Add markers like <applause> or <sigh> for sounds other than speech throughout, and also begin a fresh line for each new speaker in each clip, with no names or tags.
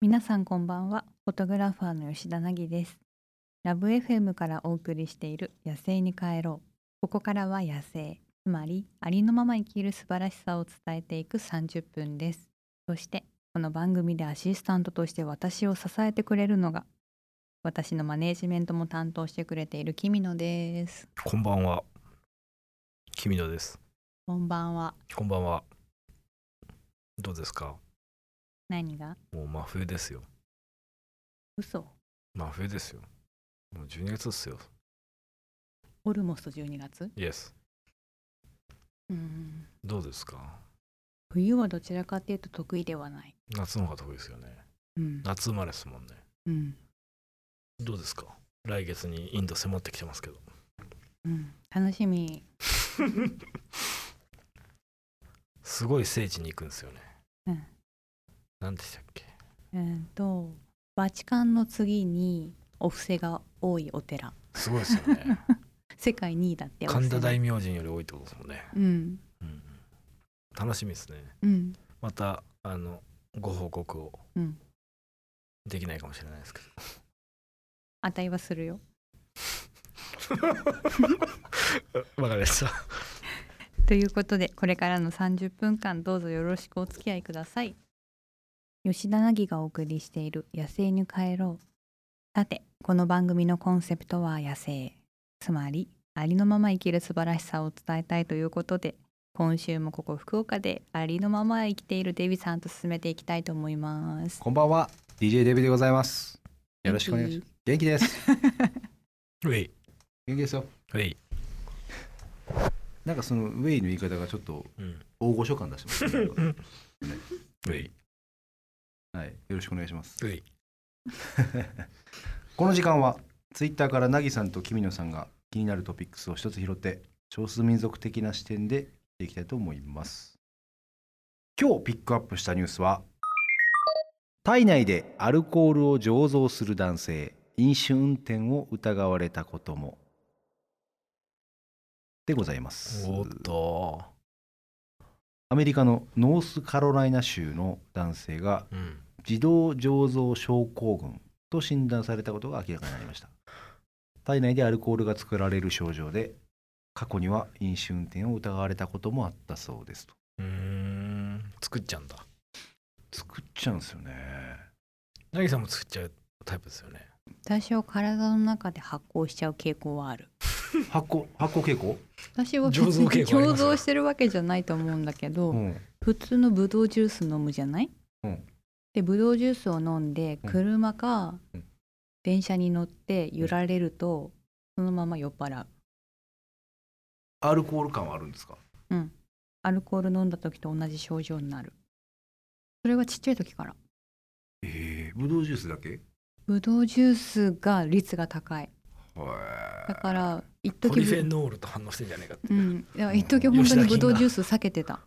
皆さんこんばんはフォトグラファーの吉田凪ですラブ FM からお送りしている野生に帰ろうここからは野生つまりありのまま生きる素晴らしさを伝えていく30分ですそしてこの番組でアシスタントとして私を支えてくれるのが私のマネージメントも担当してくれているキミノです
こんばんは。君野です。
こんばんは
こんばんは。どうですか
何が
もう真冬ですよ。
嘘
真冬ですよ。もう12月っすよ。
オルモスト12月
イエス。
うん
どうですか
冬はどちらかというと得意ではない
夏の方が得意ですよね。
うん
夏生まれですもんね。
うん
どうですか来月にインド迫ってきて <laughs> ますけど。
うん楽しみ
すごい聖地に行くんですよね。
うん
なんでしたっけ
うんとバチカンの次にお布施が多いお寺
す <laughs> ごいですよね。
世界2位だってお布施
神田大明神より多いってことですもんね。
うん
うんうん、楽しみですね。
うん
また、あの、ご報告を
うん
できないかもしれないですけど。
あたいはするよ
<laughs> わかりました。
ということでこれからの30分間どうぞよろしくお付き合いください吉田凪がお送りしている「野生に帰ろう」さてこの番組のコンセプトは野生つまりありのまま生きる素晴らしさを伝えたいということで今週もここ福岡でありのまま生きているデビさんと進めていきたいと思います
こんばんは、DJ デビでございます。よろしくお願いします。元気です。
<laughs>
ウェイ、
元気ですよ。
ウェイ。
なんかそのウェイの言い方がちょっと
うん。
大御所感出して <laughs> ます、ね。
ウェイ、
はい、よろしくお願いします。
ウェイ。
この時間はツイッターからなぎさんときみのさんが気になるトピックスを一つ拾って少数民族的な視点でいきたいと思います今日ピックアップしたニュースは体内でアルコールを醸造する男性飲酒運転を疑われたこともでございます
おっと。
アメリカのノースカロライナ州の男性が
うん。
自動醸造症候群と診断されたことが明らかになりました体内でアルコールが作られる症状で過去には飲酒運転を疑われたこともあったそうですと
うーん。作っちゃうんだ。
作っちゃうんですよね
なぎさんも作っちゃうタイプですよね。
私は体の中で発酵しちゃう傾向は
<laughs>
ある
発酵発酵傾向、
私は別
醸造
に
傾向あ
醸
りますよ
造してるわけじゃないと思うんだけど、
うん、
普通のブドウジュース飲むじゃない、
うん
でブドウジュースを飲んで
うん
車か
うん
電車に乗って揺られると、そのまま酔っ払う
アルコール感はあるんですか
アルコール飲んだ時と同じ症状になるそれはちっちゃい時から
ええブドウジュースだけ
ブドウジュースが率が高いだ
は
から一
ポ
時
リフェノールと反応してんじゃねえかって。
うんいや一時本当にブドウジュース避けてた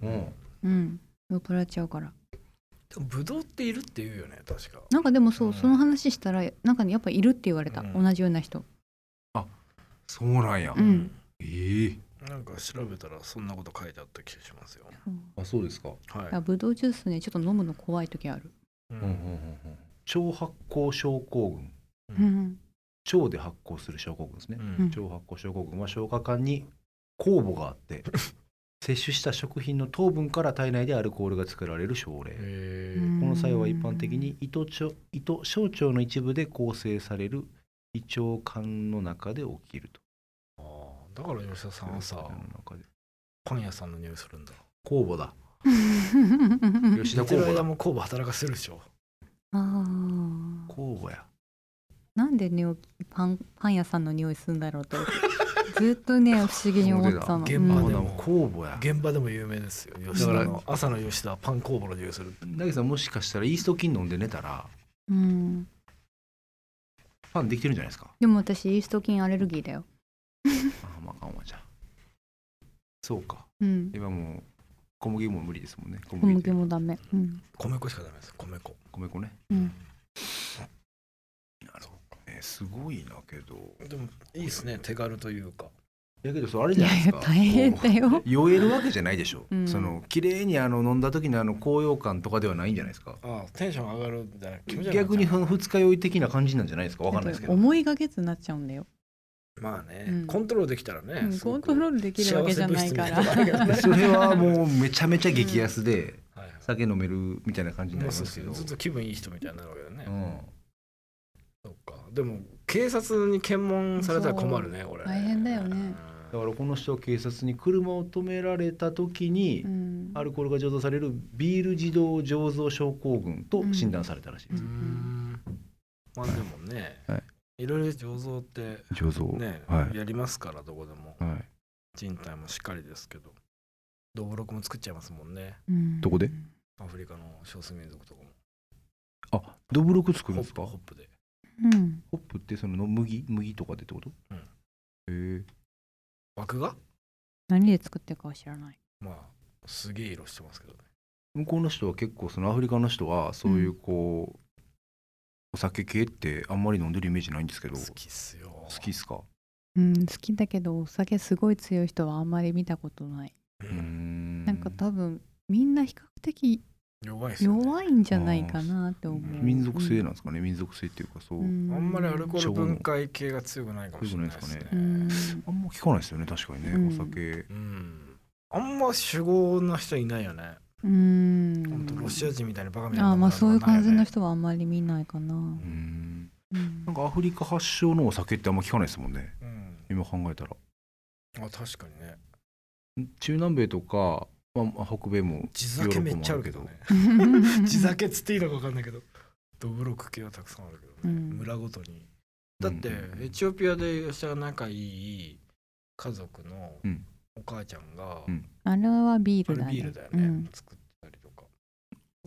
い、うん、
うん酔っ払っちゃうから
でもブドウっているって言うよね、確か。
なんかでもそう、
うん
その話したらなんかねやっぱいるって言われた、
うん
同じような人
そうなんや、
うん
ええ
なんか調べたらそんなこと書いてあった気がしますよ。
あそうですか、
だか
は
らブドウジュースねちょっと飲むの怖い時ある、
い。う
うんうんうん。うん、超発酵症候群
うん
腸で発酵する症候群ですね、
うん
腸発酵症候群は消化管に酵母があって摂取した食品の糖分から体内でアルコールが作られる症例、
へ
うん
ー
この作用は一般的に胃と腸胃と小腸の一部で構成される胃腸管の中で起きると
あーだから吉田さんはさ
腸、の中で
パン屋さんの匂いするんだ。
酵母だ吉田
寝てる
酵母
間
だ
も酵母働かせるでしょ。
<laughs> あー
酵母や
なんでねパンパン屋さんの匂いするんだろうとずっとね不思議に思ってたの
そううだ
あ
現
で
ん、
場でも
も酵母や
現場でも有名ですよ。吉田
だ
の
か
朝の吉田はパン酵母の匂いするって。
なぎさんもしかしたらイースト菌飲んで寝たら
うん、
パンできてるんじゃないですか
でも私イースト菌アレルギーだよ
あまあかんわじゃあそうか
うん
今もう小麦も無理ですもんね小
小
麦
麦
というか
もダメうん
米粉しかダメです。米粉。
米粉ね
うん
なるほどねすごいなけど
でもいいですね手軽というか
やけどそれあれ
い
じゃ
や
ない
い
です
や
か
大変
こ
だよ
う酔えるわけじゃないでしょ、
うん
その綺麗にあの飲んだ時のあの高揚感とかではないんじゃないですか
ああテンション上がるんじゃない気持ち悪くなっちゃう
逆にその二日酔い的な感じなんじゃないですかわかんないですけど
思いがけずになっちゃうんだよ、
まあね、
うん
コントロールできたらね、
うん
すご
コン
く
トロールできるわけじゃないから
幸せ物質みたいなのがあるけどね
それはもうめちゃめちゃ激安で
はいはい
酒飲めるみたいな感じにな
もう
り
そ
ま
う
す
そう
けど、
ずっと気分いい人みたいになるわけだね、
うん、
そっかでも警察に検問されたら困るねこれ
大変だよね
だからこの人は警察に車を止められた時に
うん
アルコールが醸造されるビール自動醸造症候群と診断されたらしいで
う
す、
んまあでもね、、
はい
ろいろ醸造って
醸造
ね、
はい
やりますからどこでも
はい
人体もしっかりですけど道路も作っちゃいますもんね
うん
どこで
アフリカの少数民族とかも
あドブロク作
ホ
るん
ッ
です
プ
か
ホ
ホ
ップで
うん
ップってそのの麦麦とかでってこと、
うん
へえ
枠が
何で作ってるかは知らない
まあすげえ色してますけどね
向こうの人は結構そのアフリカの人はそういうこう、お酒系ってあんまり飲んでるイメージないんですけど
好
好
きっすよ
きっすか
うん好きだけどお酒すごい強い人はあんまり見たことない
うん
なんか多分みんな比較的
弱いっすよね
弱いんじゃないかなって思う
民族性なんですかね、民族性っていうかそう、
あんまりアルコー
ちょ
ル
うど
分解系が強くないかもしれないですね
強く
う。ん
あんま聞かないですよね確かにね、
うん
お酒
うん。あんま主語な人いないよね。
うん
本当ロシア人みたいなバカみたいな。
ああまあそういう感じの。人はあんまり見ないかな、うん
うんなんかアフリカ発祥のお酒ってあんま聞かないですもんね
うん。
今考えたら
あ確かにね。
中南米とか、まあまあ、北米も
地酒めっちゃあるけどね。地酒っつっていいのか分かんないけど。ドブロク系はたくさんあるけどね。
<laughs> うん
村ごとに。だって
うん
エチオピアで吉田が仲いい家族の
うん
お母ちゃんが、
うん
あれはビー
あ
ル
れ
だね
ビールだよ
う
ね。
ん
作ったりとか。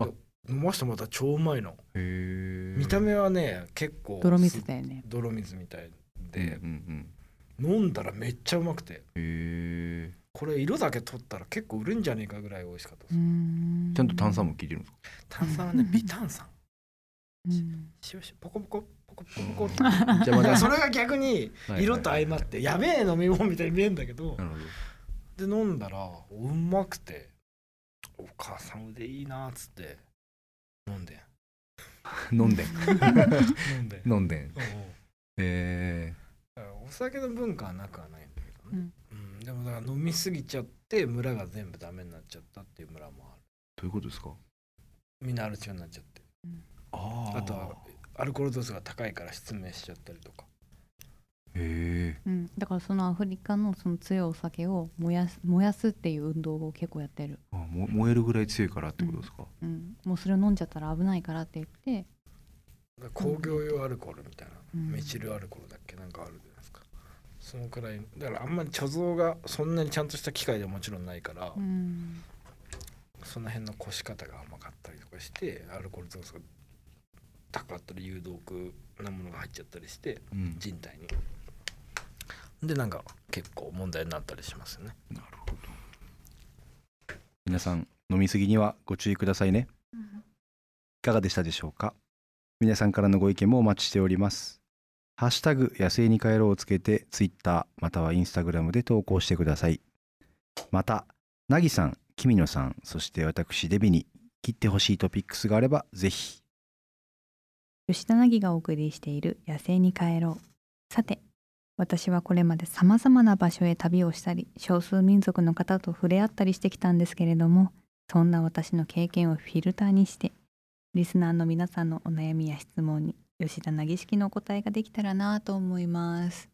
あ
飲ましてもらったら超うまいの。
へえ
見た目はね結構
泥水だよね
泥水みたいで
う、ん
飲んだらめっちゃうまくて
うんうん、へえ
これ色だけ取ったら結構売れんじゃねえかぐらい美味しかったで
う
す、
ん
ちゃんと炭酸も効いてるんですか
炭酸はね微炭酸
うん
しぶしぶポコポコポコポコポコ
じゃあま
だか
だ
らそれが逆に
はい
色と相まってやべえ飲み物みたいに見えんだけど
なるほど
で飲んだらうまくてお母さん腕いいなっつって飲んで <laughs>
飲んでん
飲んで
飲んでんへ
おうおう
え
だからお酒の文化はなくはないんだけどね、
うん
うんでもだから飲みすぎちゃって村が全部ダメになっちゃったっていう村もあ
どういうことですか
るみんなアル中になっちゃって
あー
あとはアルコール度数が高いから失明しちゃったりとか
へえ
うん、だからそのアフリカのその強いお酒を燃やす燃やすっていう運動を結構やってる、
あも燃えるぐらい強いからってことですか、
うん、もうそれを飲んじゃったら危ないからって言って、
だから工業用アルコールみたいな、
うん
メチルアルコールだっけなんかあるじゃないですかそのくらいだからあんまり貯蔵がそんなにちゃんとした機械でもちろんないから、
うん
その辺のこし方が甘かったりとかしてアルコール度数が高かったり有毒なものが入っちゃったりして
うん
人体にでなんか結構問題になったりしますよね
なるほど皆さん飲みすぎにはご注意くださいねいかがでしたでしょうか皆さんからのご意見もお待ちしておりますハッシュタグ野生に帰ろうをつけてツイッターまたはインスタグラムで投稿してくださいまたなぎさん、きみのさん、そして私デビに切ってほしいトピックスがあればぜひ
吉田凪がお送りしている「野生に帰ろう」さて私はこれまでさまざまな場所へ旅をしたり少数民族の方と触れ合ったりしてきたんですけれどもそんな私の経験をフィルターにしてリスナーの皆さんのお悩みや質問に吉田凪式のお答えができたらなと思います。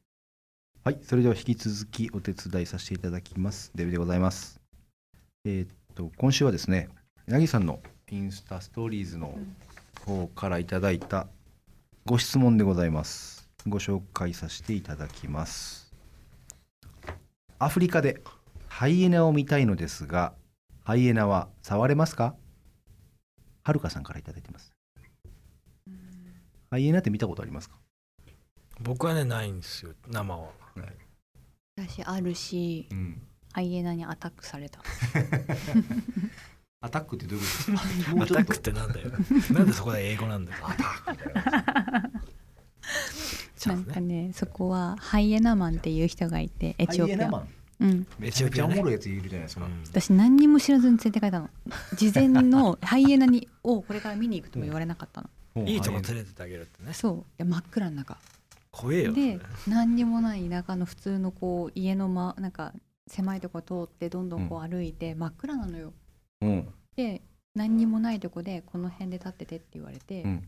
はい、それでは引き続きお手伝いさせていただきます。デビでございます。えーっと、今週はですね、なぎさんのインスタストーリーズの方からいただいたご質問でございます。ご紹介させていただきます。アフリカでハイエナを見たいのですが、ハイエナは触れますかはるかさんからいただいてます。ハイエナって見たことありますか
僕はねないんですよ生は
私あるし
うん。
ハイエナにアタックされた。
アタックってどういうことですか <laughs> も
ア
うち
タ
ょ
ッ
っと
<laughs>
<laughs> クってなんだよなんでそこで英語なんだよ
アタックみたいな
ちゃ
な
うんんで
か
すね。
ねそこはハイエナマンっていう人がいてエチオピア
ン
うん
めちゃめちゃおもろいやついるじゃないですか、
私何にも知らずに連れてかれた <laughs> の事前のハイエナにをこれから見に行くとも言われなかったの
うんいいとこ連
れ
れてってあげるってね。
そういや真っ暗の中
怖えよ。
で何にもない田舎の普通のこう家の、ま、なんか狭いとこ通ってどんどんこう歩いて真っ暗なのよ
うん
で何にもないとこでこの辺で立っててって言われて、
うん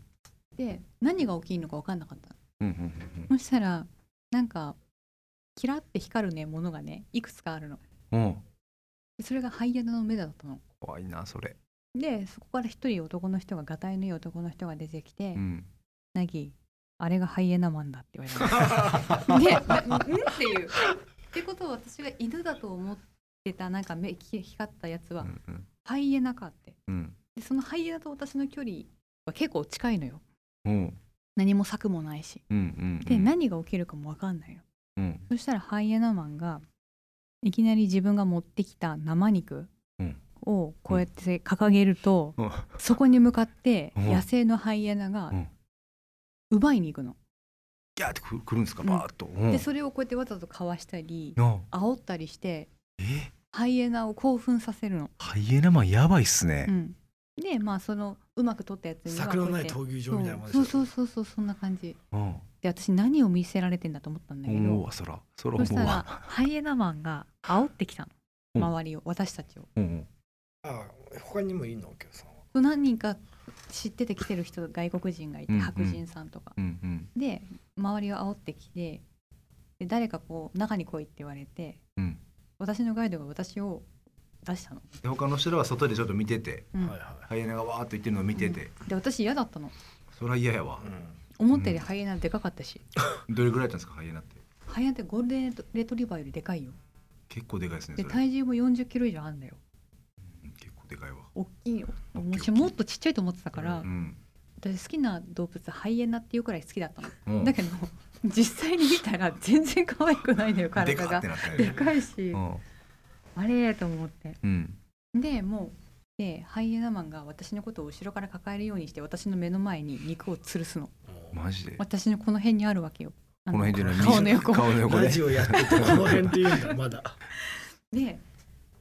で何が起きるのか分かんなかったの
うんうん
そしたらなんかキラって光るねものがねいくつかあるの
うんうん
でそれがハイエナの目だったの
怖いなそれ
でそこから一人男の人ががたいのいい男の人が出てきて
うん
「ナギあれがハイエナマンだ」って言
<laughs>
われたでな「ん?」っていう。ってことは私が犬だと思ってたなんか目き光ったやつ
う
は
んうん
ハイエナかって
うん
でそのハイエナと私の距離は結構近いのよ
うん
何も策もないし
うんうん
で何が起きるかも分かんないの
うん
そしたらハイエナマンがいきなり自分が持ってきた生肉
うん
をこうやって掲げると、
うん
そこに向かって
うん
野生のハイエナが
うん
奪いに行くの。
ギャーってくるんですか
うん
バーッと、うん
でそれをこうやってわざとかわしたり
な
煽ったりして
え
ハイエナを興奮させるの。
ハイエナマンやばいっす
う
ね、
ん、でまあそのうまく取ったやつには
桜のない
こう
闘牛場みたい
や
な
っ
もん
て
です
そ
よ。
うそうそうそうそうそんな感じ。
うん
で私何を見せられてんだと思ったんだけ
思う
ど
わそらそら
そ
思
したら
うわ
ハイエナマンが煽ってきたの
うん
周りを私たちを。
うん
あ他にもいいのお客さんは。
何人か知ってて来てる人外国人がいて
うんうん
白人さんとか。
うんうん
で周りを煽ってきてで誰かこう中に来いって言われて
うん
私のガイドが私を出したの、
で他の人らは外でちょっと見てて
うん
はいは
ハイエナがわーっと言ってるのを見てて、
で私嫌だったの
そりゃ嫌やわ
い。、う
思ったよりハイエナでかかったし、
どれぐらいやったんですかハイエナって
ハイエナってゴールデンレトリバーよりでかいよ
結構でかいですね
で
それ
体重も4 0キロ以上あるんだよ
うん結構でかいわ
大きいよ
大きい
もしもっとちっちゃいと思ってたから、
うん
私好きな動物ハイエナっていうくらい好きだったの、
うん
だけど <laughs> 実際に見たら全然可愛くないのよ
で
体
かっ
が
てなったよ
で
ね
かいし、
うん
あれと思って
うん
でもうでハイエナマンが私のことを後ろから抱えるようにして私の目の前に肉を吊るすの
ん。
マジでこ
私のこの辺にあるわけよあ
の辺じゃない
顔の横
顔の横
ラ
ね
ジオやっててこの辺っていうんだまだ。
で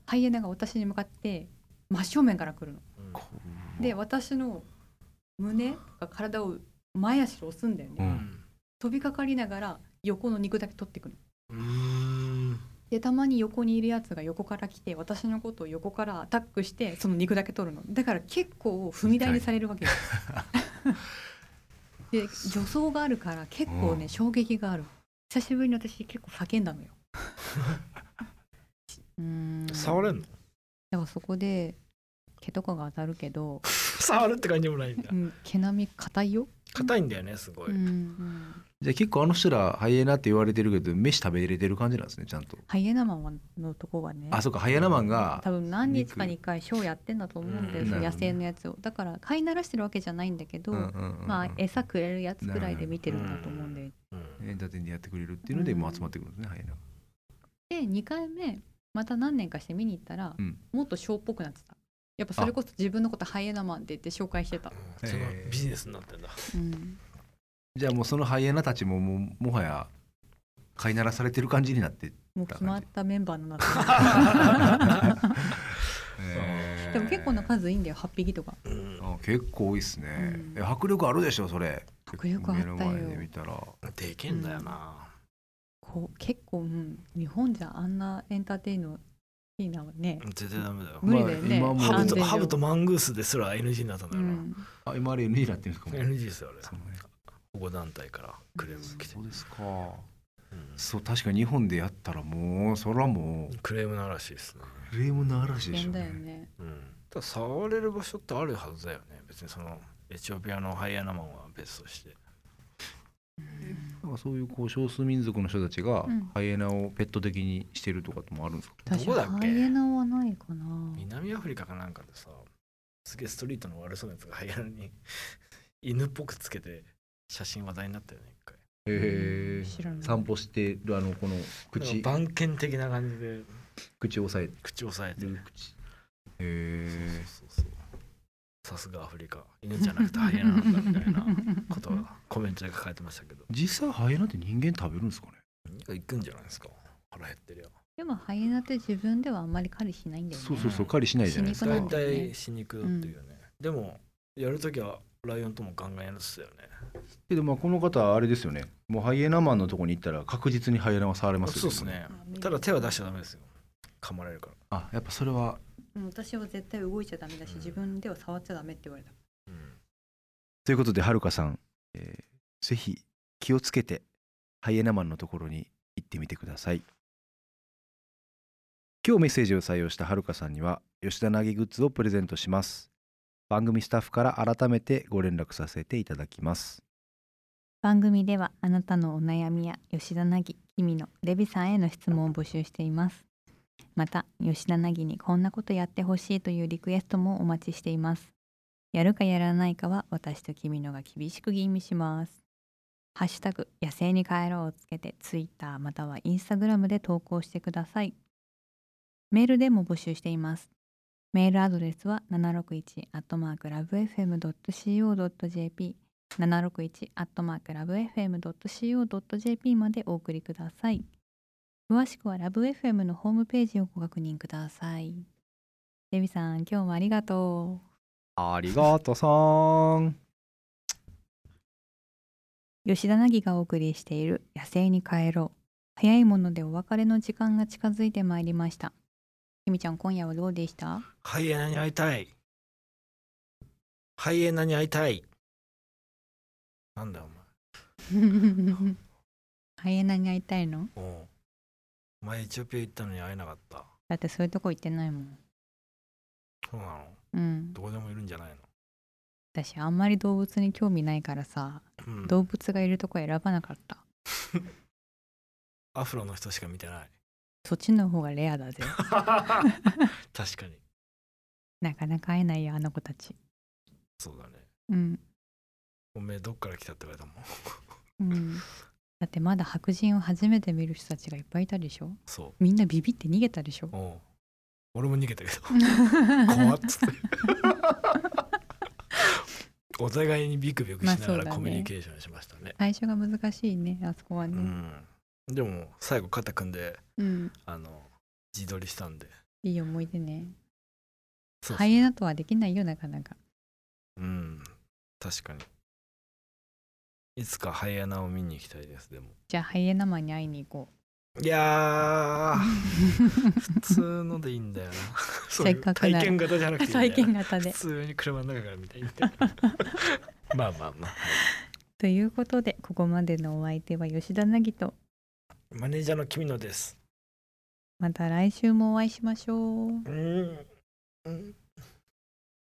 ハイエナが私に向かって真正面から来るの
こう
で私の胸とか体を前足で押すんだよね、
う
うんん。
飛びかかりながら横の肉だけ取ってくるの
うん。
でたまに横にいるやつが横から来て私のことを横からアタックしてその肉だけ取るのだから結構踏み台にされる
<laughs>
わけよで助走があるから結構ね、
うん
衝撃がある久しぶりに私結構叫んだの
<laughs>
ようーん
触れんの？
だからそこで毛とかが当たるけど、
触るって感じもないんだ
う。ん、毛並み硬いよ、
硬いんだよねすご
う
い。
んう
うん
じゃあ結構あの人らハイエナって言われてるけど飯食べれてる感じなんですねちゃんと
ハイエナマンのとこはね
あそうかハイエナマンが
多分何日かに1回ショーやってんだと思うんだよ、
うん
その
なる
野
ほどね
生のやつをだから飼いならしてるわけじゃないんだけど、まあ餌くれるやつくらいで見てるんだと思うんだよ、
ん
エンターテインでやってくれるっていうので、
うん
まあ集まってくるんですねハイエナが
で2回目また何年かして見に行ったら、
うん
もっとショーっぽくなってたやっぱそれこそ自分のことハイエナマンって言って紹介してた、
うんその
えー
ビジネスになってんだ。
うん
じゃあもうそのハイエナたちももうもはや飼いならされてる感じになって、
もう決まったメンバーの中 <laughs> ででも結構な数いいんだよ8匹とか
うん。
あ結構多いっすね、
うん
え迫力あるでしょそれ
迫力あったよ
目の前で見たら
でけんだよな。
こう結構、うん、日本じゃあんなエンターテインのいいなね、
絶対ダメだよ。
無理だよね、
まあ今も
ハブ
安
と
全上
ハブとマングースですら NG になったんだ
う
から。
ん、
あ MRN になってるんですかもう
NG ですよあれ。
そうね
保護団体からクレームが来て
そ。うですか
うん
そう確かに日本でやったらもうそらもう
クレームならしいですね。
クレームの嵐で
危
しょ
険
う
だ
ね
よね
うん。ただ触れる場所ってあるはずだよね。別にそのエチオピアのハイエナマンは別として。
なんかそういうこう少数民族の人たちが
うん
ハイエナをペット的にしてるとかってもあるんですか、
どこだっけ
ハイエナはないかな
南アフリカかなんかでさ、すげえストリートの悪そうなやつがハイエナに <laughs> 犬っぽくつけて写真話題になったよね一回。
へえ
知らない
散歩してるあのこの口
番犬的な感じで
口を押さ
口を押さえ
え
て
て
る
る口へえ
そうそうそうそうさすがアフリカ犬じゃなくてハイエナなんだみたいなことがコメンんちゃんが書いてましたけど
実際ハイエナって人間食べるんですかね
何か行くんじゃないですか腹減ってりゃ
でもハイエナって自分ではあんまり狩りしないんだよね
そうそうそう狩りしないじゃないです
そ
か
う
大
んだよね
体死肉だっていうね、でもやるときはライオンともガンガンやるっすよね
けどまあこの方はあれですよねもうハイエナマンのとこに行ったら確実にハイエナは触れますよ
そうですねただ手は出しちゃダメですよ噛まれるから
あやっぱそれは
うん私は絶対動いちゃダメだし
うん
自分では触っちゃダメって言われた
ということではるかさん、えーぜひ気をつけてハイエナマンのところに行ってみてください今日メッセージを採用したはるかさんには吉田凪グッズをプレゼントします番組スタッフから改めてご連絡させていただきます
番組ではあなたのお悩みや吉田凪、君のレビさんへの質問を募集していますまた吉田凪にこんなことやってほしいというリクエストもお待ちしていますやるかやらないかは私と君のが厳しく吟味しますハッシュタグ野生に帰ろうをつけてツイッターまたはインスタグラムで投稿してくださいメールでも募集していますメールアドレスは761 lovefm.co.jp 761アットマークラブ FM.co.jp までお送りください。詳しくはラブ FM のホームページをご確認ください。デビさん、今日もありがと
ありがとさん
う。吉田凪がお送りしている野生に帰ろう。早いものでお別れの時間が近づいてまいりました。ひみちゃん、今夜はどうで
<laughs>
した
ハイエナに会いたいハイエナに会いたいなんだよ
ハイエナに会いたいの
お前おうお前エチオピア行ったのに会えなかった
だってそういうとこ行ってないもん。
そうなの
うん。
どこでもいるんじゃないの
私、あんまり動物に興味ないからさ、
うん
動物がいるとこ選ばなかった。
アフロの人しか見てない
そっちの方がレアだぜ。
確かに
なかなか会えないよあの子たち。
そうだね
うん。
おめえどっから来たって言われたもん
うん、だってまだ白人を初めて見る人たちがいっぱいいたでしょ
そ
みんなビビって逃げたでしょ
うおう俺も逃げた
<laughs>
けど怖っつってお互いにビクビクしな
まあ
が
そうだ
ら
ね
コミュニケーションしましたね,、
最初が難しいねあそこは
う
ね。
んでも最後肩組んで
うん、
あの自撮りしたんで
いい思い出ね。
そうそう
ハイエナとはできないよなかなか。
うん確かにいつかハイエナを見に行きたいですでも
じゃあハイエナマンに会いに行こ
い
<laughs>
やー普通のでいいんだよなそういう
せっかくなら
体験型じゃなく
う。
ていいんだよ
<laughs> 体験型
普 <laughs>
で。
通に車の中から見たいんだよ
<laughs>
まあまあまあ
ということでここまでのお相手は吉田凪と
マネージャーの君野です
また来週もお会いしましょう。
うんうん